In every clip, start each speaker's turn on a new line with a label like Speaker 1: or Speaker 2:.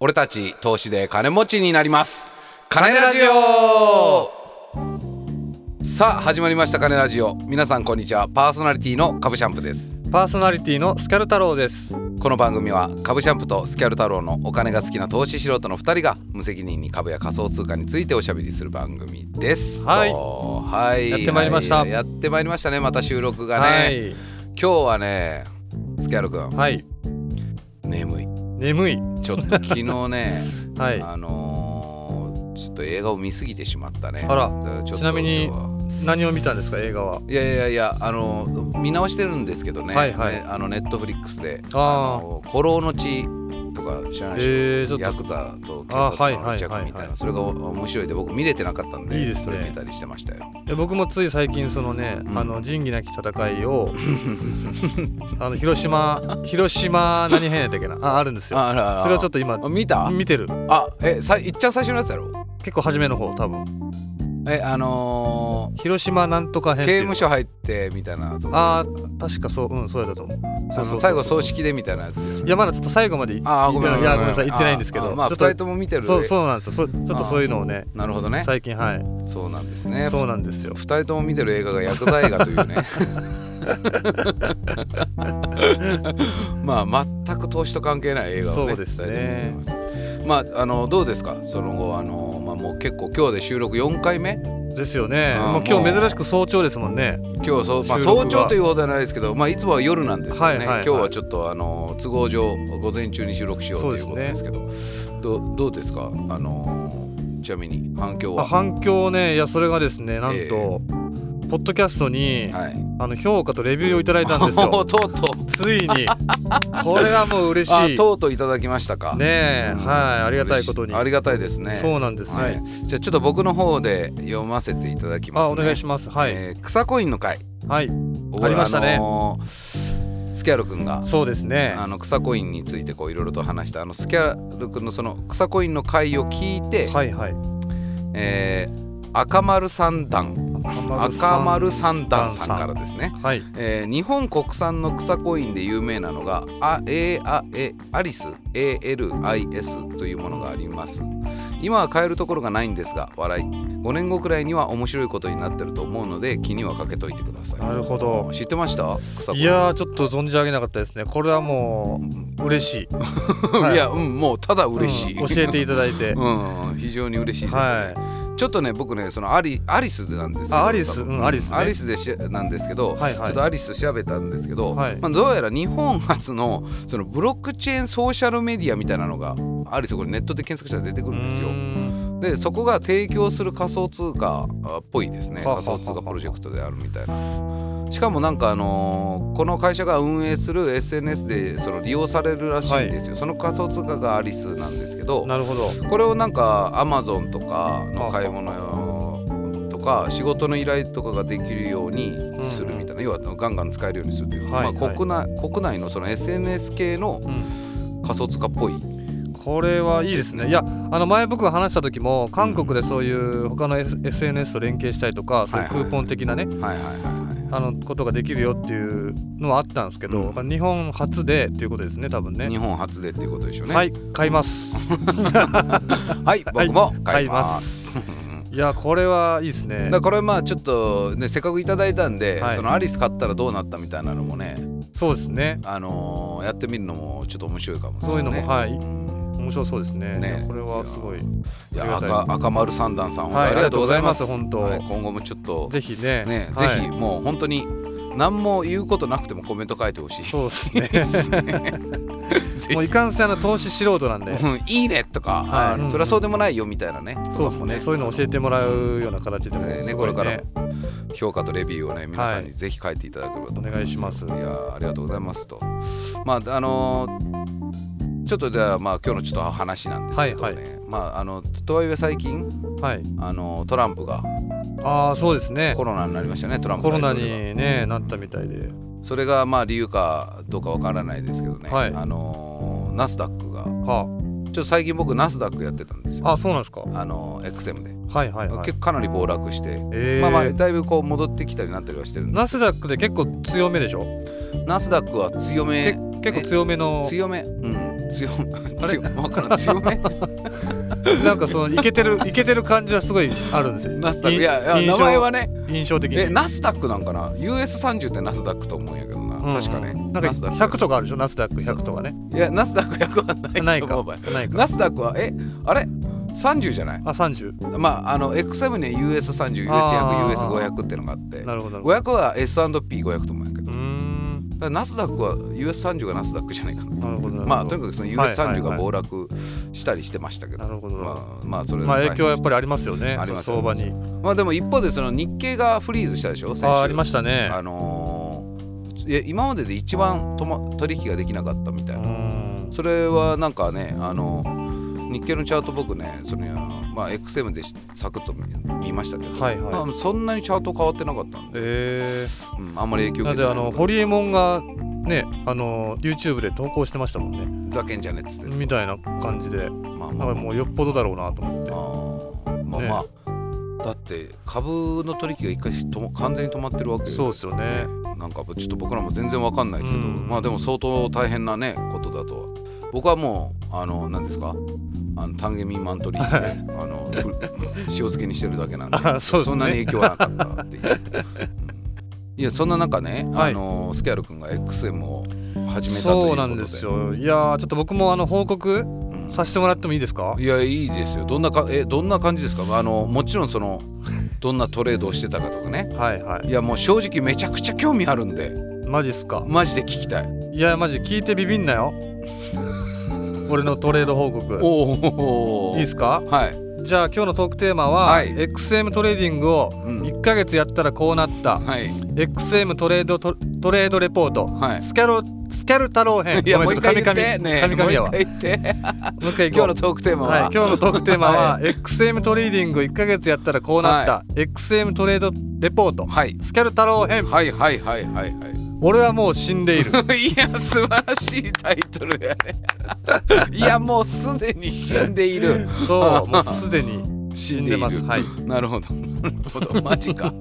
Speaker 1: 俺たち投資で金持ちになります金ラジオさあ始まりました金ラジオ皆さんこんにちはパーソナリティのカブシャンプです
Speaker 2: パーソナリティのスキャル太郎です
Speaker 1: この番組は株シャンプとスキャル太郎のお金が好きな投資素人の2人が無責任に株や仮想通貨についておしゃべりする番組です。
Speaker 2: はい
Speaker 1: とはい、
Speaker 2: やってまいりました
Speaker 1: はいやってまいりましたねまた収録がね、
Speaker 2: はい
Speaker 1: 今日はねスキャル君
Speaker 2: はい
Speaker 1: 眠い
Speaker 2: 眠い
Speaker 1: ちょっと昨日ね、
Speaker 2: はい
Speaker 1: あのーちょっと映画を見すぎてしまったね
Speaker 2: あら
Speaker 1: だからちょっと
Speaker 2: ちなみに
Speaker 1: 今日は
Speaker 2: 何を見たんですか映画はい
Speaker 1: やいやいやあの見直してるんですけどね、
Speaker 2: はいはい
Speaker 1: ねあのネットフリックスで「あ
Speaker 2: あ
Speaker 1: の古老の地」とか知らないでしょ
Speaker 2: えー、ちょっ
Speaker 1: ヤ
Speaker 2: と
Speaker 1: クザと警
Speaker 2: あは
Speaker 1: 察
Speaker 2: い
Speaker 1: の
Speaker 2: はい
Speaker 1: 密着み
Speaker 2: は
Speaker 1: た
Speaker 2: い
Speaker 1: い
Speaker 2: は
Speaker 1: ないそれが面白いで僕見れてなかったんで
Speaker 2: いいです
Speaker 1: そ
Speaker 2: ね
Speaker 1: れ見たりしてましたよ
Speaker 2: え僕もつい最近そのね、
Speaker 1: うん
Speaker 2: あの仁義なき戦い をあの広島広島何編やったっけなああるんですよ
Speaker 1: あら
Speaker 2: それはちょっ
Speaker 1: っ
Speaker 2: と今
Speaker 1: 見た
Speaker 2: 見てる
Speaker 1: あえさいっちゃん最初のやつやろ
Speaker 2: 結構初めの方多分
Speaker 1: えあの
Speaker 2: 広島なんとか
Speaker 1: ー
Speaker 2: 編って
Speaker 1: 刑
Speaker 2: いう
Speaker 1: 務所入ってみたいなとこ
Speaker 2: あー確かそううんそうやったと思う
Speaker 1: あ
Speaker 2: そうそ
Speaker 1: の
Speaker 2: うそうそう
Speaker 1: 最後葬式でみたいなやつ
Speaker 2: いやまだちょっと最後までい
Speaker 1: あーごめん
Speaker 2: いやごめんなさい言ってないんですけ
Speaker 1: あ
Speaker 2: ど
Speaker 1: ーまあ
Speaker 2: ち
Speaker 1: 二
Speaker 2: ょっと
Speaker 1: 人とも見てるね
Speaker 2: そうそうなんですよそうちょっとそういうのをね
Speaker 1: なるほどね
Speaker 2: 最近はい
Speaker 1: そうなんですね
Speaker 2: そうなんですよ
Speaker 1: 二人とも見てる映画がヤクザ映画というね まあ全く投資と関係ない映画をね
Speaker 2: そうですね
Speaker 1: 二人とも見てますまああのどうですかその後あの、まあ、もう結構今日で収録4回目
Speaker 2: ですよね
Speaker 1: うん
Speaker 2: もう今日珍しく早朝ですもんね
Speaker 1: 今日そう、まあ、
Speaker 2: 収録
Speaker 1: 早
Speaker 2: が
Speaker 1: 朝というほどではないですけど、まあ、いつもは夜なんですけどね、
Speaker 2: はいはいはい
Speaker 1: 今日はちょっとあの都合上午前中に収録しようという
Speaker 2: そ
Speaker 1: こ
Speaker 2: う
Speaker 1: とで
Speaker 2: ですす
Speaker 1: けどどうどうですかあのちなみに反響
Speaker 2: あ
Speaker 1: は、
Speaker 2: 反響ねいやそれがですねなんと、
Speaker 1: ええ
Speaker 2: ポッドキャストに
Speaker 1: はい、
Speaker 2: あの評価とレビューをいただいたんです
Speaker 1: も
Speaker 2: よ
Speaker 1: うとうとう
Speaker 2: ついにこれはもう嬉
Speaker 1: あ
Speaker 2: しいね
Speaker 1: とうとういただきましたか
Speaker 2: え
Speaker 1: うん
Speaker 2: はいありがたいことに
Speaker 1: ありがたいですね。
Speaker 2: そうなんですよ、
Speaker 1: はい。じゃあちょっと僕の方で読ませていただきます、ね。
Speaker 2: あお願いしますはい、
Speaker 1: えー草コインの会。
Speaker 2: はいありましたね
Speaker 1: あのースキャル君が。
Speaker 2: そうですね
Speaker 1: あの草コインについてこういろいろと話したあのスキャル君のその草コインの会を聞いて、
Speaker 2: はいはい
Speaker 1: えー赤丸三段赤丸三段さんからですね、
Speaker 2: はい
Speaker 1: えー日本国産の草コインで有名なのがあ A あえアリス ALIS というものがあります今は買えるところがないんですが笑い5年後くらいには面白いことになってると思うので気にはかけといてくださ
Speaker 2: なるほど
Speaker 1: い知ってました草コイン
Speaker 2: いやーちょっと存じ上げなかったですねこれはもう 嬉しい、はい
Speaker 1: やうんもうただ嬉しい、
Speaker 2: うん教えていただいて
Speaker 1: うん非常に嬉しいですね、
Speaker 2: は
Speaker 1: ちょっとね僕ねそのアリアリスでなんですけど
Speaker 2: あアリス
Speaker 1: 多分
Speaker 2: うんアリスね
Speaker 1: アリスでしなんですけど、
Speaker 2: はいはい
Speaker 1: ちょっとアリス調べたんですけど、
Speaker 2: はい
Speaker 1: まあ、どうやら日本初のそのブロックチェーンソーシャルメディアみたいなのがアリスこれネットで検索したら出てく
Speaker 2: い
Speaker 1: るんですよ
Speaker 2: うーん
Speaker 1: でそこが提供する仮想通貨あっぽいですね
Speaker 2: はあは
Speaker 1: 仮
Speaker 2: あはあ
Speaker 1: 想通貨プロジェクトであるみたいなしかもなんかあのーこの会社が運営する SNS でその利用されるらしいんですよ、その仮想通貨がアリスなんですけど
Speaker 2: なるほど
Speaker 1: これをなんかアマゾンとかの買い物とか仕事の依頼とかができるようにするみたいな、要はガンガン使えるようにするという、
Speaker 2: はい
Speaker 1: まあ、国内国内のその SNS 系の
Speaker 2: うん
Speaker 1: 仮想通貨っぽい、
Speaker 2: これはいいですねいやあの前僕が話した時も韓国でそういう他の S- SNS と連携したりとかそう
Speaker 1: は
Speaker 2: いう
Speaker 1: い
Speaker 2: ク
Speaker 1: はい
Speaker 2: ーポン的なね
Speaker 1: はいはいはいは
Speaker 2: あのことができるよっていうのはあったんですけど、
Speaker 1: う
Speaker 2: 日本初でっていうことですね多分
Speaker 1: い、
Speaker 2: ね
Speaker 1: 日本初でっていうことでしょうね
Speaker 2: はい買います
Speaker 1: はい、僕も買いま。
Speaker 2: 買いますいやこれはいいですね
Speaker 1: だからこれまあちょっとねせっかくいただいたんで、
Speaker 2: はい
Speaker 1: そのアリス買ったらどうなったみたいなのもね、
Speaker 2: そうですね
Speaker 1: あのーやってみるのもちょっと面白いかもしれ
Speaker 2: そ
Speaker 1: な
Speaker 2: う
Speaker 1: いいう
Speaker 2: の
Speaker 1: ね。
Speaker 2: も、はい
Speaker 1: うん
Speaker 2: 面白そうですね
Speaker 1: ね
Speaker 2: いやこれはすごい
Speaker 1: いや
Speaker 2: ありがたい
Speaker 1: 赤赤丸三段さん、
Speaker 2: はい
Speaker 1: ありがとうございます
Speaker 2: ありがとうございます
Speaker 1: はい
Speaker 2: 本
Speaker 1: 今後もちょっと
Speaker 2: ぜひね
Speaker 1: ね、
Speaker 2: はい
Speaker 1: ぜひもう本当に何も言うことなくてもコメント書いてほしい
Speaker 2: そうです
Speaker 1: いいで
Speaker 2: ね
Speaker 1: すねぜひ
Speaker 2: もういかんせんあの投資素人なんで
Speaker 1: うんいいねとか、
Speaker 2: はい
Speaker 1: あー
Speaker 2: うん
Speaker 1: そりゃそうでもないよみたいなね
Speaker 2: そうですねそういうの教えてもらうような形でも
Speaker 1: ね
Speaker 2: す
Speaker 1: こ
Speaker 2: ごい
Speaker 1: れから
Speaker 2: ね
Speaker 1: も評価とレビューをね皆さん
Speaker 2: は
Speaker 1: に
Speaker 2: い
Speaker 1: ぜひ書いていただければと思
Speaker 2: お願いします
Speaker 1: いやーありがとうございますとまああのーちょっとじゃあまあ今日のちょっと話なんですけどね、
Speaker 2: はいは
Speaker 1: まああのとはいえ最近
Speaker 2: はい
Speaker 1: あのトランプが
Speaker 2: ああそうですね
Speaker 1: コロナになりましたねトランプ
Speaker 2: コロ
Speaker 1: 大
Speaker 2: ナ
Speaker 1: 統領が
Speaker 2: にねなったみたいで
Speaker 1: それがまあ理由かどうかわからないですけどね、
Speaker 2: はい
Speaker 1: あのーナスダックがちょ
Speaker 2: は
Speaker 1: っと最近僕ナスダックやってたんですよ
Speaker 2: ああそうなんですか
Speaker 1: あのー XM で、
Speaker 2: はいはいはい
Speaker 1: 結構かなり暴落して、
Speaker 2: えー
Speaker 1: まあまあだいぶこう戻ってきたりなったりはしてるんで
Speaker 2: ナスダックで結構強めでしょ
Speaker 1: ナスダックは強め
Speaker 2: け結構強めの
Speaker 1: 強め、うん、強
Speaker 2: あれ
Speaker 1: 強わからん強 め
Speaker 2: なんかそのイケ てるイケてる感じはすごいあるんですよ。
Speaker 1: ナスダック
Speaker 2: い
Speaker 1: いやい
Speaker 2: 印
Speaker 1: や名
Speaker 2: 象
Speaker 1: 前はね
Speaker 2: 印象的に。
Speaker 1: えナスダックなんかな US30 ってナスダックと思うんやけどな、
Speaker 2: うん
Speaker 1: 確かね
Speaker 2: なんか
Speaker 1: ナスダック
Speaker 2: 100とかあるでしょ、ナスダック100とかね。
Speaker 1: いやナスダック100はな
Speaker 2: ないい
Speaker 1: と
Speaker 2: か
Speaker 1: 思うばい。
Speaker 2: ないか。
Speaker 1: ナスダックはえあれ30じゃない
Speaker 2: あ、30。
Speaker 1: まああの X7 には US30US100
Speaker 2: あー
Speaker 1: US500 ってのがあって
Speaker 2: なるほど。なる
Speaker 1: 500
Speaker 2: ほど
Speaker 1: は S&P500 と思うんやけど
Speaker 2: うーん。
Speaker 1: だからナスダックは US30 がナスダックじゃないかな
Speaker 2: なるほど。なるほど
Speaker 1: まあとにかくその
Speaker 2: はいはいはい
Speaker 1: US30 が暴落したりしてましたけど、
Speaker 2: なるほど。
Speaker 1: まあまあそれ
Speaker 2: まあ影響はやっぱ
Speaker 1: り
Speaker 2: りありますよね、
Speaker 1: あり
Speaker 2: そ
Speaker 1: ま
Speaker 2: の
Speaker 1: すよね
Speaker 2: 相場に。
Speaker 1: まあでも一方でその日経がフリーズしたでしょ先週
Speaker 2: あーありましたね。
Speaker 1: あのーいや今までで一番と、ま、取引ができなかったみたいうな、
Speaker 2: ん
Speaker 1: それはなんかねあの日経のチャート僕ねその、まあ、XM でしサクッと見見ましたけど、
Speaker 2: はいはい
Speaker 1: まあそんなにチャート変わってなかったんで、
Speaker 2: え
Speaker 1: うんあんまり影響
Speaker 2: ー、な
Speaker 1: 受
Speaker 2: ん
Speaker 1: け
Speaker 2: で
Speaker 1: てな
Speaker 2: あ
Speaker 1: い
Speaker 2: のホリエモンがねあの YouTube で投稿してましたもんね
Speaker 1: ざけんじゃねっつって、
Speaker 2: みたいな感じで
Speaker 1: まあま
Speaker 2: なん
Speaker 1: あ
Speaker 2: かもうよっぽどだろうなと思って
Speaker 1: あーまあまあ、だって株の取引が一回とも完全に止まってるわけ
Speaker 2: そうですよね
Speaker 1: なんかちょっと僕らも全然わかんないですけど、
Speaker 2: うん
Speaker 1: まあでも相当大変なねことだとは僕はもうあの何ですかあの単元未満取引で、あのふ 塩漬けにしてるだけなんで
Speaker 2: あ そうですね
Speaker 1: んなに影響はなかったっていう、うんいやそんな中ね、
Speaker 2: はい
Speaker 1: あのスキャル君が XM を始めたということで
Speaker 2: そうなんです、よいやーちょっと僕もあの報告
Speaker 1: うん
Speaker 2: させてもらってもいいですか
Speaker 1: いやいいですよどんなかえどんな感じですかあのもちろんそのどんなトレードをしてたかとかね
Speaker 2: はいはい
Speaker 1: いやもう正直めちゃくちゃ興味あるんで
Speaker 2: マジっすか
Speaker 1: マジで聞きたい
Speaker 2: いやマジ聞いてビビんなよ俺のトレード報告
Speaker 1: おお
Speaker 2: いいっすか
Speaker 1: はい、
Speaker 2: じゃあ今日のトークテーマは、
Speaker 1: はい
Speaker 2: XM トレーディングを
Speaker 1: うん、
Speaker 2: 1ヶ月やったらこうなった
Speaker 1: はい、
Speaker 2: XM トレードトトレードレポート
Speaker 1: はい。
Speaker 2: スキャロスキャル太郎編
Speaker 1: いや、
Speaker 2: ご
Speaker 1: も
Speaker 2: め
Speaker 1: うん一
Speaker 2: なさ
Speaker 1: 回
Speaker 2: い
Speaker 1: 言って、ねえ、
Speaker 2: 神々やわ
Speaker 1: もう一回言って、
Speaker 2: もう一回
Speaker 1: 今
Speaker 2: 行
Speaker 1: 日
Speaker 2: こ
Speaker 1: の
Speaker 2: う
Speaker 1: トークテーマ
Speaker 2: はい
Speaker 1: は。、
Speaker 2: 今日のトークテーマは、XM トレーディング1ヶ月やったらこうなった、XM トレードレポート
Speaker 1: はい、
Speaker 2: スキャル太郎編
Speaker 1: はい、はい、はい、はい、は
Speaker 2: 俺はもう死んで いる
Speaker 1: い。いや、素晴らしいタイトルだよね。 いや、もうすでに死んでいる。
Speaker 2: そうもうすでに
Speaker 1: 死
Speaker 2: 死んでます
Speaker 1: いる
Speaker 2: はい
Speaker 1: なるほど。なるほど、マジか。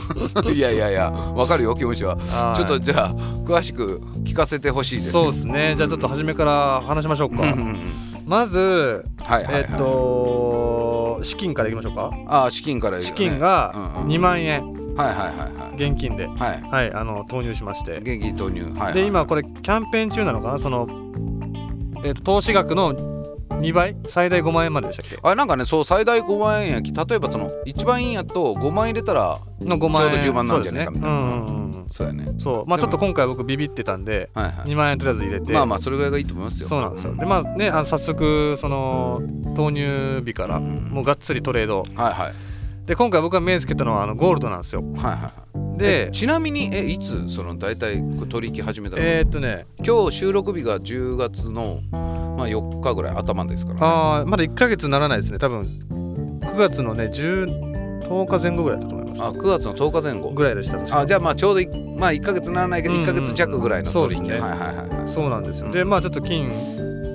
Speaker 1: いや、いや、いや、わかるよ、気持ちは。
Speaker 2: はい
Speaker 1: ちょっと、じゃあ、詳しく聞かせてほしいです。
Speaker 2: そう
Speaker 1: す。
Speaker 2: ですねじゃあちょっと初めから話しましょう
Speaker 1: うん、う
Speaker 2: か
Speaker 1: んうん
Speaker 2: まず
Speaker 1: はい、はい、はい。
Speaker 2: えっ。と資金からいきましょうか
Speaker 1: あー、資金からいいよ
Speaker 2: 資
Speaker 1: ね。
Speaker 2: 金が
Speaker 1: うんうん
Speaker 2: 2万円
Speaker 1: はい、はい、はい、は
Speaker 2: 現金で
Speaker 1: い。はい。
Speaker 2: はいあの投入しまして
Speaker 1: 元気投入。はいはい。
Speaker 2: で今これキャンペーン中なのかなその、えー、と投資額の2倍最大5万円まででしたっけ
Speaker 1: あれなんかねそう最大5万円やき例えばその一番いいやと5万入れたら
Speaker 2: の5万円
Speaker 1: ちょうど10万なんじゃないかみたいな
Speaker 2: そうですねうんうんうん
Speaker 1: そうやね
Speaker 2: そうまあ
Speaker 1: でも
Speaker 2: ちょっと今回僕ビビってたんで
Speaker 1: はいはい
Speaker 2: 2万円とりあえず入れて
Speaker 1: まあまあそれぐらいがいいと思いますよ
Speaker 2: そうなんですよでまあねあの早速その投入日から
Speaker 1: うん
Speaker 2: もうがっつりトレード
Speaker 1: はいはい
Speaker 2: で今回僕が目つけたのはあのゴールドなんですよ
Speaker 1: はいはいはいえ
Speaker 2: で
Speaker 1: ちなみにえいつその大体こう取引始めたの、
Speaker 2: えーっとね
Speaker 1: 今日収録日が10月のまあ4日ぐらい頭ですから
Speaker 2: あーまだ1ヶ月ならないですね多分9月のね10 10日前後ぐらいだと思います
Speaker 1: あ9月の10日前後
Speaker 2: ぐらいでした確か
Speaker 1: あじゃあまあちょうどいまあ1か月ならないけど
Speaker 2: うんうん
Speaker 1: 1か月弱ぐらいの取
Speaker 2: そ
Speaker 1: 引、
Speaker 2: うですね
Speaker 1: はいはいはいはい
Speaker 2: そうなんですよ、
Speaker 1: うん
Speaker 2: でまあちょっと金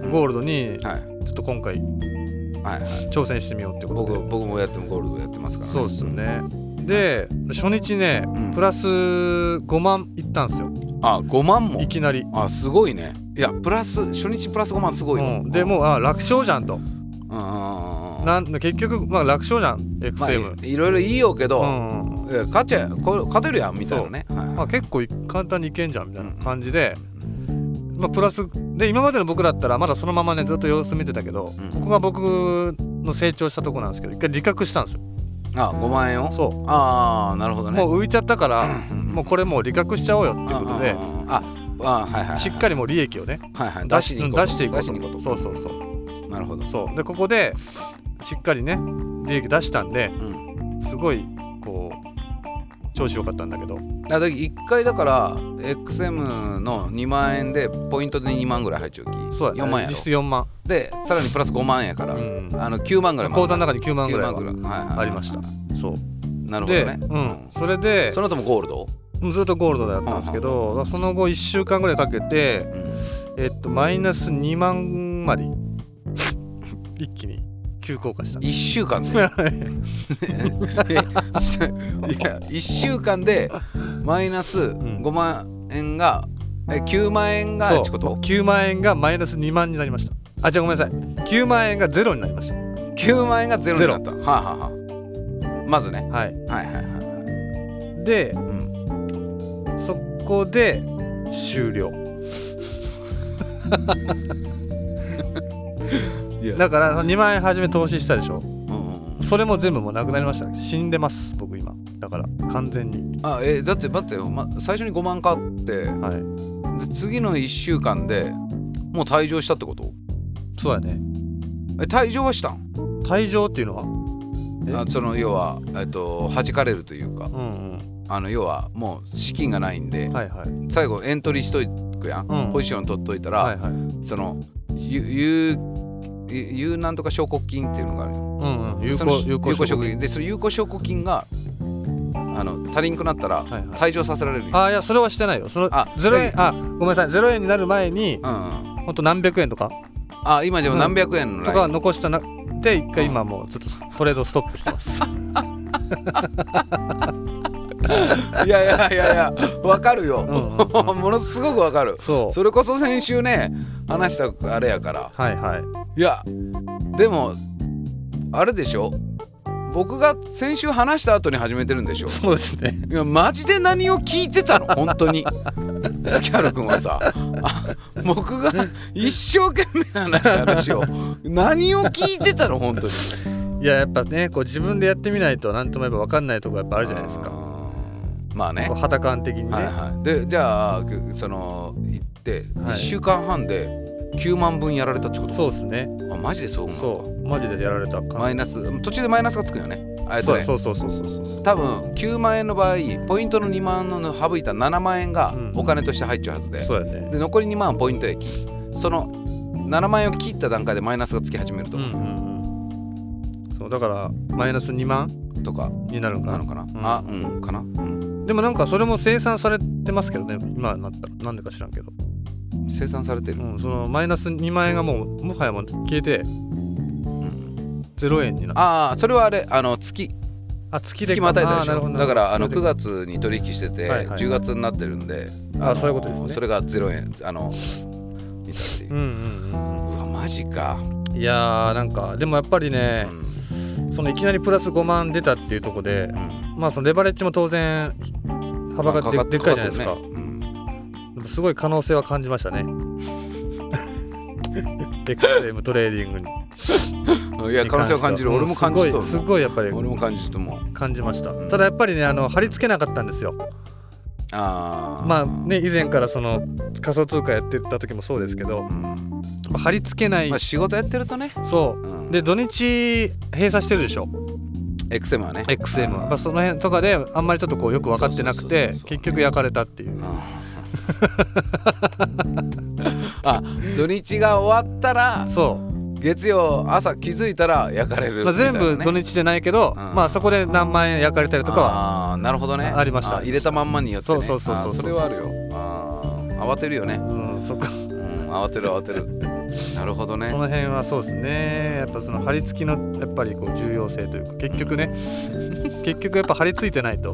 Speaker 2: ゴールドに
Speaker 1: はい
Speaker 2: ちょっと今回
Speaker 1: はいはい
Speaker 2: 挑戦してみようってこと
Speaker 1: 僕
Speaker 2: で
Speaker 1: 僕もやってもゴールドやってますから、ね、
Speaker 2: そうですよねで初日ね、
Speaker 1: うん
Speaker 2: プラス5万いったんですよ
Speaker 1: あ5万も
Speaker 2: いきなり、
Speaker 1: あすごいねいやプラス初日プラス5万すごいわ
Speaker 2: うんでもうあ楽勝じゃんと
Speaker 1: うんうんうんうん
Speaker 2: なん結局、まあ、楽勝じゃん XM、
Speaker 1: まあ、いいろいろいいよけど、
Speaker 2: うんうんうん
Speaker 1: いや勝ちゃこれ勝てるやんみたいなね、はい
Speaker 2: まあ、結構い簡単にいけんじゃんみたいな感じで、まあ、プラスで今までの僕だったらまだそのままねずっと様子見てたけど、
Speaker 1: うん
Speaker 2: ここが僕の成長したとこなんですけど一回利確したんですよ
Speaker 1: あ5万円を
Speaker 2: そ
Speaker 1: ああなるほ
Speaker 2: う
Speaker 1: どね
Speaker 2: もう浮いちゃったから、も
Speaker 1: も
Speaker 2: うこれもう利確しちゃおうよってことで
Speaker 1: あああはいはいはい
Speaker 2: しっかりもう利益をね
Speaker 1: はいはい
Speaker 2: 出
Speaker 1: 出
Speaker 2: し
Speaker 1: し
Speaker 2: う
Speaker 1: に
Speaker 2: ん
Speaker 1: 行こう
Speaker 2: 出していこう
Speaker 1: 出しに行ことう
Speaker 2: そうそうそう
Speaker 1: うなるほど
Speaker 2: そうでここでしっかりね利益出したんで
Speaker 1: うん
Speaker 2: すごいこう調子良かったんだけど
Speaker 1: あだ1回だから XM の2万円でポイントで2万ぐらい入っちゃうき
Speaker 2: そうや、ね、
Speaker 1: 4万や
Speaker 2: 実
Speaker 1: ろ
Speaker 2: 質4万、
Speaker 1: でさらにプラス5万やから、
Speaker 2: うん、
Speaker 1: あの9万ぐらい
Speaker 2: 口座の中に9万ぐ
Speaker 1: 9
Speaker 2: らい
Speaker 1: 万ぐら
Speaker 2: は
Speaker 1: いはいはいはい
Speaker 2: ありましたそう
Speaker 1: なるほど
Speaker 2: で、
Speaker 1: ね
Speaker 2: うん、それで
Speaker 1: その後もゴールド、
Speaker 2: ずっとゴールドだったんですけどその後1週間ぐらいかけてえっとマイナス2万まで 一気に急降下した
Speaker 1: 1週間 でいや1週間でマイナス
Speaker 2: ん
Speaker 1: 5万円がえ9万円が
Speaker 2: そう
Speaker 1: ってこと
Speaker 2: 9万円がマイナス2万になりましたあじゃあごめんなさい9万円がゼロになりました
Speaker 1: ?9 万円がゼロになった。はあ、はあはあ、まずね。
Speaker 2: はい
Speaker 1: はいはいはい。
Speaker 2: で
Speaker 1: うん、
Speaker 2: そこで終了
Speaker 1: いや
Speaker 2: だから2万円初め投資したでしょ
Speaker 1: うんうん
Speaker 2: それも全部もうなくなりました死んでます僕今だから完全に
Speaker 1: あえだって待ってよ、ま、最初に5万買って
Speaker 2: はい
Speaker 1: で次の1週間でもう退場したってこと
Speaker 2: そうだね
Speaker 1: え退場はしたん
Speaker 2: 退場っていうのはえ
Speaker 1: あその要は、えっと、弾かれるというか
Speaker 2: うん
Speaker 1: あの要はもう資金がないんで、
Speaker 2: うんはいはい
Speaker 1: 最後エントリーしとくやん、
Speaker 2: うん
Speaker 1: ポジション取っといたら、
Speaker 2: はいはいうん
Speaker 1: そのゆゆうゆ有なんとか証拠金っていうのがあるよ
Speaker 2: うん有
Speaker 1: そ
Speaker 2: 効
Speaker 1: の
Speaker 2: 有効
Speaker 1: 有効証拠金でその有効証拠金があの足りんくなったら
Speaker 2: はいはい
Speaker 1: 退場させられるよ、
Speaker 2: あいやそれはしてないよその
Speaker 1: あ
Speaker 2: ゼロ円あごめんなさいゼロ円になる前に
Speaker 1: うんうん、
Speaker 2: ほんと何百円とか
Speaker 1: あ今じゃあ何百円の
Speaker 2: と
Speaker 1: ライン
Speaker 2: かは残したなで一回
Speaker 1: うん
Speaker 2: 今もうちょっとトレードストップしてます
Speaker 1: いやいやいやいやわかるよ、
Speaker 2: んうんう
Speaker 1: ものすごくわかる
Speaker 2: そう
Speaker 1: それこそ先週ね話したあれやから
Speaker 2: はいはい
Speaker 1: いやでもあれでしょ僕が先週話した後に始めてるんでしょ
Speaker 2: そうですね
Speaker 1: いやマジで何を聞いてたの本当にスキャル君はさあ僕が一生懸命話した話を何を聞いてたの本当に
Speaker 2: いややっぱねこう自分でやってみないと何ともやっぱ分かんないとこやっぱあるじゃないですかこ
Speaker 1: うんまあね
Speaker 2: う肌感的にね、
Speaker 1: はいはいでじゃあくその行って
Speaker 2: は
Speaker 1: 1
Speaker 2: い
Speaker 1: 週間半で9万分やられたってこと、
Speaker 2: そうですね
Speaker 1: あマジでそう思う
Speaker 2: そうマジでやられた
Speaker 1: マ
Speaker 2: 感
Speaker 1: イナス途中でマイナスがつくよねあえっと
Speaker 2: そう
Speaker 1: ね
Speaker 2: そうそうそうそうそう
Speaker 1: 多分9万円の場合ポイントの2万の省いた7万円が
Speaker 2: うん
Speaker 1: お金として入っちゃうはずで、
Speaker 2: そうやね
Speaker 1: で残り2万はポイント益その7万円を切った段階でマイナスがつき始めると,、
Speaker 2: うんうんうんそうだからマイナス2万
Speaker 1: とか
Speaker 2: になるのか
Speaker 1: な
Speaker 2: な
Speaker 1: のかな、
Speaker 2: ん
Speaker 1: あうんかな、うん、
Speaker 2: でもなんかそれも生産されてますけどね今になったらなんでか知らんけど、
Speaker 1: 生産されてる、
Speaker 2: うん、そのマイナス2万円がもうもはやもう消えて
Speaker 1: うん
Speaker 2: 0円にな
Speaker 1: ああそれはあれあの月
Speaker 2: あ月で
Speaker 1: 月またいだ
Speaker 2: あ
Speaker 1: で
Speaker 2: ー
Speaker 1: し
Speaker 2: なるほ
Speaker 1: ょ
Speaker 2: ど
Speaker 1: だからあの
Speaker 2: それ
Speaker 1: 9
Speaker 2: で
Speaker 1: 月に取引してて、
Speaker 2: はいはい
Speaker 1: 10月になってるんで
Speaker 2: あ
Speaker 1: の
Speaker 2: そういうことですね
Speaker 1: それが0円あのいたっていううん
Speaker 2: うんうん
Speaker 1: うわマジか、
Speaker 2: うんいやーなんかでもやっぱり
Speaker 1: う
Speaker 2: ね、
Speaker 1: ん
Speaker 2: そのいきなりプラス5万出たっていうところで
Speaker 1: うん
Speaker 2: まあそのレバレッジも当然幅がで,、
Speaker 1: まあ
Speaker 2: でっかいじゃないですか
Speaker 1: ってるねうん
Speaker 2: でもすごい可能性は感じ ましたね XM トレーディングに
Speaker 1: いや可能性を感じる俺も感じと
Speaker 2: うん
Speaker 1: る
Speaker 2: すごいすごいやっぱり
Speaker 1: 俺も感じると思う
Speaker 2: 感じました、
Speaker 1: うん
Speaker 2: ただやっぱりねあの貼り付けなかったんですよ
Speaker 1: ああ
Speaker 2: まあね以前からその仮想通貨やってた時もそうですけど
Speaker 1: うん
Speaker 2: 貼り付けない、
Speaker 1: まあ仕事やってるとね、、
Speaker 2: そううんで土日閉鎖してるでしょ
Speaker 1: XM はね
Speaker 2: XM は、まあ、その辺とかであんまりちょっとこうよく分かってなくて
Speaker 1: そうそうそうそう
Speaker 2: 結局焼かれたってい
Speaker 1: う
Speaker 2: う
Speaker 1: ん あ土日が終わったら
Speaker 2: そ
Speaker 1: 月曜朝気づいたら焼かれ
Speaker 2: う、
Speaker 1: る
Speaker 2: まあ、
Speaker 1: みたい
Speaker 2: 全
Speaker 1: なね、
Speaker 2: 部土日じゃないけど、
Speaker 1: うん
Speaker 2: まあそこで何万円焼かれたりとかは
Speaker 1: あーなるほどね
Speaker 2: あありました
Speaker 1: 入れたまんまによって、ね、
Speaker 2: そうそうそうそ
Speaker 1: あー
Speaker 2: う
Speaker 1: それはあるよあー慌てるよね
Speaker 2: うんそこ
Speaker 1: うん慌てる慌てるなるほどね
Speaker 2: その辺はそうですねやっぱその貼り付きのやっぱりこう重要性というか結 局ね結局やっぱ貼り付いてないと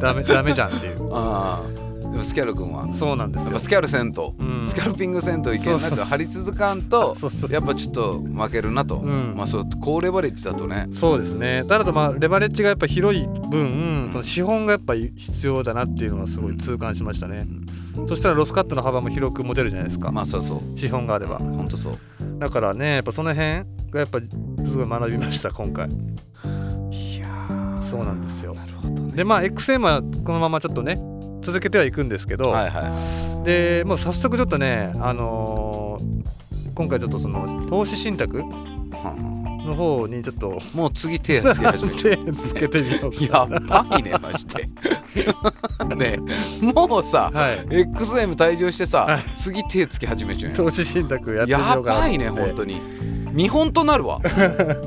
Speaker 2: ダメダメじゃんっていう
Speaker 1: あーやっぱスキャル君はや
Speaker 2: そうなんです
Speaker 1: っ
Speaker 2: よ
Speaker 1: ぱスキャル銭湯、
Speaker 2: うん
Speaker 1: スキャルピング銭湯行け
Speaker 2: そう
Speaker 1: な
Speaker 2: そう
Speaker 1: く
Speaker 2: そう
Speaker 1: 張り続かんと
Speaker 2: そうそうそう
Speaker 1: やっぱちょっと負けるなと、
Speaker 2: うん
Speaker 1: まあそう高レバレッジだとね
Speaker 2: そうですねただとまあレバレッジがやっぱ広い分その資本がやっぱり必要だなっていうのはすごい痛感しましたねそしたらロスカットの幅も広く持てるじゃないですか、
Speaker 1: まあそうそう
Speaker 2: 資本があれば
Speaker 1: ほんとそう
Speaker 2: だからねやっぱその辺がやっぱすごい学びました今回
Speaker 1: いや
Speaker 2: そうなんですよ
Speaker 1: なるほどね
Speaker 2: でまあ XM はこのままちょっとね続けてはいくんですけど、
Speaker 1: はいはいは
Speaker 2: でもう早速ちょっとねあのー今回ちょっとその投資信託
Speaker 1: い
Speaker 2: の方にちょっと
Speaker 1: もう次手つけ始めて
Speaker 2: 手つけてみようか
Speaker 1: やばい ねマジでねえもうさ
Speaker 2: はい
Speaker 1: XM 退場して
Speaker 2: は
Speaker 1: さ
Speaker 2: い
Speaker 1: 次手つけ始めちゃうよ
Speaker 2: 投資信託やってみようか
Speaker 1: やば
Speaker 2: なと思って
Speaker 1: いね本当に見本となる わ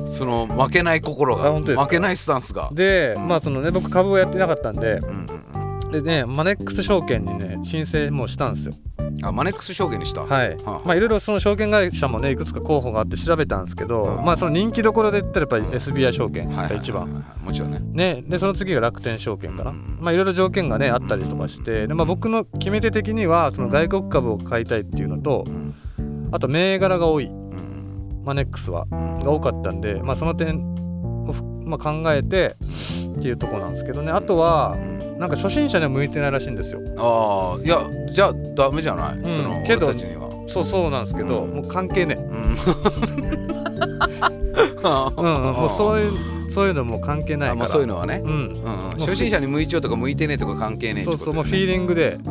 Speaker 1: その負けない心
Speaker 2: あ
Speaker 1: が
Speaker 2: 本当ですか
Speaker 1: 負けないスタンスが
Speaker 2: でまあそのね僕株をやってなかったんで
Speaker 1: うんうんうん
Speaker 2: でねマネックス証券にね申請もうしたんですよ
Speaker 1: あマネックス証券にした、
Speaker 2: はい
Speaker 1: はあ
Speaker 2: まあいろいろその証券会社もねいくつか候補があって調べたんですけど、
Speaker 1: うん
Speaker 2: まあその人気どころで言ったらやっぱり SBI 証券
Speaker 1: はい
Speaker 2: が一番、
Speaker 1: はいはいもちろんね
Speaker 2: ね、でその次が楽天証券かな、
Speaker 1: うん
Speaker 2: まあいろいろ条件がねあったりとかしてで、まあ、僕の決め手的にはその外国株を買いたいっていうのと
Speaker 1: うん
Speaker 2: あと銘柄が多い
Speaker 1: うん
Speaker 2: マネックスは
Speaker 1: うん
Speaker 2: が多かったんで、まあ、その点をふ、まあ、考えてっていうとこなんですけどねあとは
Speaker 1: うん
Speaker 2: なんか初心者には向いてないらしいんですよ
Speaker 1: ああいやじゃあダメじゃない、
Speaker 2: ん
Speaker 1: その
Speaker 2: けど
Speaker 1: 俺たちには
Speaker 2: そうそうなんですけど、
Speaker 1: うん
Speaker 2: もう関係ねえ
Speaker 1: うんあ
Speaker 2: うんうん、もうそういうそういうのもう関係ない
Speaker 1: あ
Speaker 2: から、
Speaker 1: まあそういうのはね、
Speaker 2: うん
Speaker 1: うんうん、初心者に向いちゃうとか向いてねえとか関係ねえって
Speaker 2: そ
Speaker 1: こ
Speaker 2: う
Speaker 1: と
Speaker 2: そう
Speaker 1: だ
Speaker 2: も
Speaker 1: よね
Speaker 2: うフィーリングで
Speaker 1: うん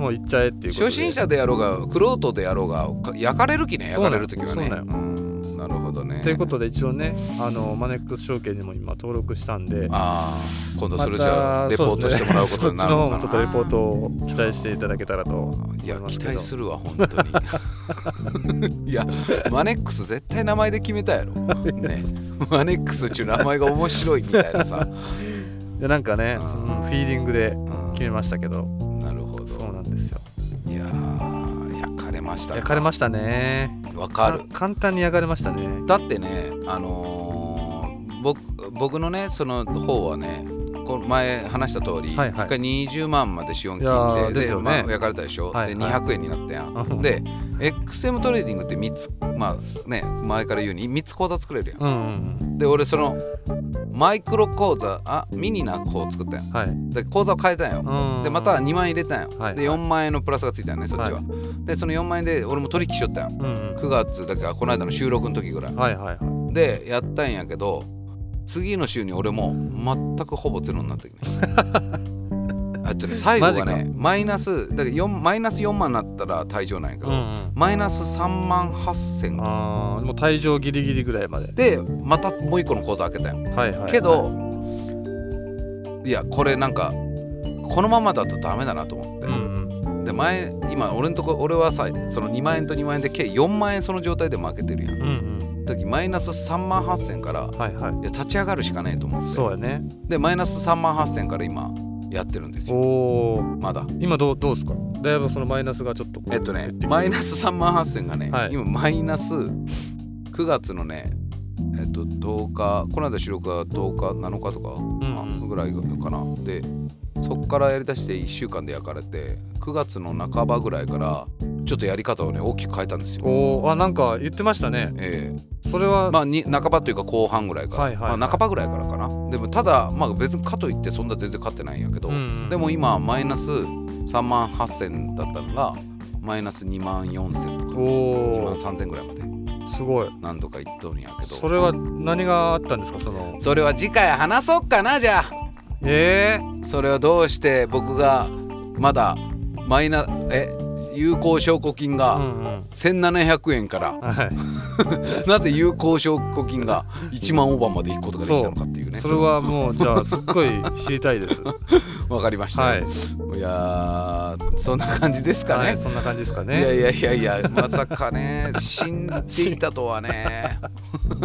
Speaker 2: もう行っちゃえっていうことで
Speaker 1: 初心者でやろうがクロートでやろうがか焼かれる気ね
Speaker 2: そ
Speaker 1: 焼
Speaker 2: う
Speaker 1: かれる
Speaker 2: なの
Speaker 1: 時はね
Speaker 2: そうなの
Speaker 1: んなるほどね
Speaker 2: ということで一応ねあのマネックス証券にも今登録したんで
Speaker 1: ああ今度
Speaker 2: ま
Speaker 1: それじゃあレポートしてもらうことになるの
Speaker 2: そ
Speaker 1: か
Speaker 2: っちの方もちょ
Speaker 1: な
Speaker 2: っとレポートを期待していただけたらと
Speaker 1: いや期待するわ本当に いやマネックス絶対名前で決めたや ろ、ね、マネックスっちゅう名前が面白いみたいなさ、
Speaker 2: でなんかね、
Speaker 1: うん
Speaker 2: そのフィーリングで
Speaker 1: うん
Speaker 2: 決めましたけど
Speaker 1: なるほど
Speaker 2: そうなんですよ
Speaker 1: いやー焼かれました
Speaker 2: 焼かれましたね
Speaker 1: わかる
Speaker 2: か簡単に焼かれましたね
Speaker 1: だってねあのー僕僕のねその方はねこの前話した通り、
Speaker 2: はいはい
Speaker 1: 一回20万まで資本
Speaker 2: いや
Speaker 1: 金
Speaker 2: ー
Speaker 1: で
Speaker 2: ですよね
Speaker 1: まあ、焼かれたでしょ、
Speaker 2: はい
Speaker 1: で
Speaker 2: はい
Speaker 1: 200円になったやん、
Speaker 2: うん
Speaker 1: で XM トレーディングって3つまあね前から言うように3つ口座作れるやん、
Speaker 2: うんうん
Speaker 1: で俺そのマイクロ口座あミニな子を作ったやん
Speaker 2: うんはい
Speaker 1: で口座を変えたんよ、
Speaker 2: うん
Speaker 1: でまた2万円入れたんよ、
Speaker 2: はい
Speaker 1: で4万円のプラスがついたんよねそっちは、
Speaker 2: は
Speaker 1: でその4万円で俺も取引しよったんよ
Speaker 2: うんうん
Speaker 1: 9月だからこの間の収録の時ぐらい
Speaker 2: はいはいは
Speaker 1: でやったんやけど次の週に俺も全くほぼゼロにな ってきてあとね最後が
Speaker 2: マジ
Speaker 1: ねマイナスだから4マイナス4万になったら退場なんやけ
Speaker 2: い
Speaker 1: ど、
Speaker 2: うんうん
Speaker 1: マイナス3万8000
Speaker 2: あーもう退場ギリギリぐらいまで
Speaker 1: でまたもう一個の口座開けたんよ
Speaker 2: はいはい
Speaker 1: けど、い、やこれなんかこのままだとダメだなと思って、
Speaker 2: うん
Speaker 1: で前今俺のとこ俺はさその2万円と2万円で計4万円その状態で負けてるやん
Speaker 2: うんうん
Speaker 1: 時マイナス3万8000から
Speaker 2: うんはいはい
Speaker 1: いや立ち上がるしかねえと思って
Speaker 2: そうやね
Speaker 1: でマイナス3万8000から今やってるんですよ
Speaker 2: おお
Speaker 1: まだ
Speaker 2: 今どうどうですかだいぶそのマイナスがちょっと
Speaker 1: えっとねマイナス3万8000がね、
Speaker 2: はい
Speaker 1: 今マイナス9月のねえっと10日この間収録が10日7日とか、
Speaker 2: んうん
Speaker 1: ぐらいかなでそっからやりだして1週間で焼かれて9月の半ばぐらいからちょっとやり方をね大きく変えたんですよ。
Speaker 2: おおあなんか言ってましたね
Speaker 1: ええ
Speaker 2: それは、
Speaker 1: まあ、に半ばというか後半ぐらいから、
Speaker 2: はいはいはい
Speaker 1: まあ、半ばぐらいからかなでもただ、まあ、別にかといってそんな全然勝ってないんやけど、
Speaker 2: うんうん
Speaker 1: でも今マイナス3万8000だったのがマイナス2万4000とか2
Speaker 2: お
Speaker 1: 万
Speaker 2: お
Speaker 1: 3000ぐらいまです
Speaker 2: ごい
Speaker 1: 何度か言っとるんやけど
Speaker 2: それは何があったんですかその
Speaker 1: それは次回話そうかなじゃあ
Speaker 2: え
Speaker 1: それをどうして僕がまだマイナえ有効証拠金
Speaker 2: えう
Speaker 1: が
Speaker 2: んうん
Speaker 1: 1700円 から、
Speaker 2: は
Speaker 1: なぜ有効証拠金が1万オーバーまで行くことができたのかっていう
Speaker 2: い
Speaker 1: ね
Speaker 2: それはもうじゃあすっごい知りた いですは
Speaker 1: わかりました、
Speaker 2: い、
Speaker 1: いやーそんな感じですか
Speaker 2: は
Speaker 1: ね
Speaker 2: い、。そんな感じですか
Speaker 1: いや
Speaker 2: ね
Speaker 1: いやいやいやまさかね 死んでいたとはね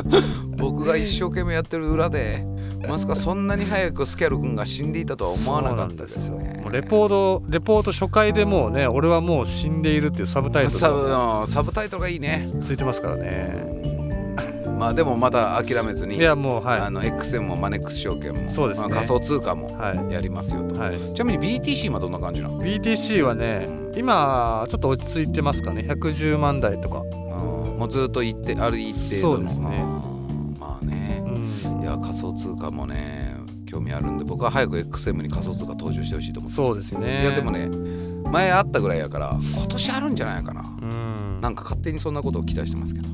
Speaker 1: 僕が一生懸命やってる裏でまさかそんなに早くスキャル君が死んでいたとは思わなかったですよ
Speaker 2: そうなん
Speaker 1: ね
Speaker 2: もうレポートレポート初回でもうね俺はもう死んでいるっていうサブタイト
Speaker 1: サ
Speaker 2: ル
Speaker 1: ブ
Speaker 2: が
Speaker 1: のサブタイトルがいいね
Speaker 2: ついてますからね
Speaker 1: まあでもまだ諦めずに
Speaker 2: いやもう
Speaker 1: あ
Speaker 2: は
Speaker 1: の XM もマネックス証券も
Speaker 2: そうですね
Speaker 1: まあ仮想通貨
Speaker 2: い
Speaker 1: も
Speaker 2: は
Speaker 1: やりますよ
Speaker 2: い
Speaker 1: と
Speaker 2: はい
Speaker 1: ちなみに BTC はどんな感じなの
Speaker 2: BTC はね今ちょっと落ち着いてますかね110万台とか、
Speaker 1: もうずっと一定ある一定度の
Speaker 2: そうですね
Speaker 1: あーまあねいや仮想通貨もね興味あるんで僕は早く XM に仮想通貨登場してほしいと思って
Speaker 2: そうですね
Speaker 1: いやでもね前あったぐらいやから今年あるんじゃないかな
Speaker 2: うん
Speaker 1: なんか勝手にそんなことを期待してますけど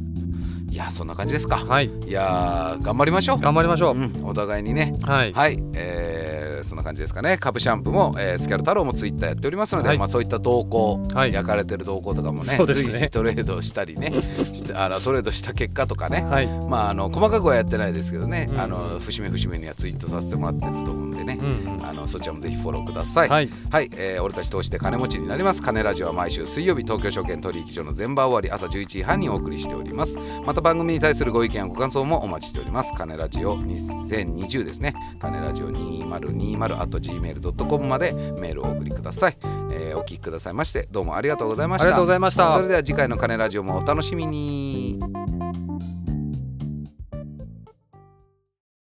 Speaker 1: いやそんな感じですか
Speaker 2: はい
Speaker 1: いやー頑張りましょう
Speaker 2: 頑張りましょう、
Speaker 1: うん、お互いにね
Speaker 2: はい、
Speaker 1: はい、えーそんな感じですかね株シャンプーも、えースキャル太郎もツイッターやっておりますので、
Speaker 2: はい
Speaker 1: まあ、そういった動向、
Speaker 2: はい
Speaker 1: 焼かれてる動向とかもね
Speaker 2: そうですね
Speaker 1: 随時トレードしたりねしてあのトレードした結果とかね
Speaker 2: はい
Speaker 1: まあ、あの細かくはやってないですけどね、
Speaker 2: うん
Speaker 1: あの節目節目にはツイートさせてもらってると思うんででね
Speaker 2: う、ん
Speaker 1: あのそちらもぜひフォローくださ
Speaker 2: う
Speaker 1: い
Speaker 2: ん、はい
Speaker 1: はい、えー俺たち投資で金持ちになります金ラジオは毎週水曜日東京証券取引所の前場終わり朝11時半にお送りしておりますまた番組に対するご意見やご感想もお待ちしております金ラジオ2020ですね金ラジオ 2020.gmail.com までメールをお送りください、えーお聞きくださいましてどうもありがとうございました
Speaker 2: ありがとうございました
Speaker 1: それでは次回の金ラジオもお楽しみに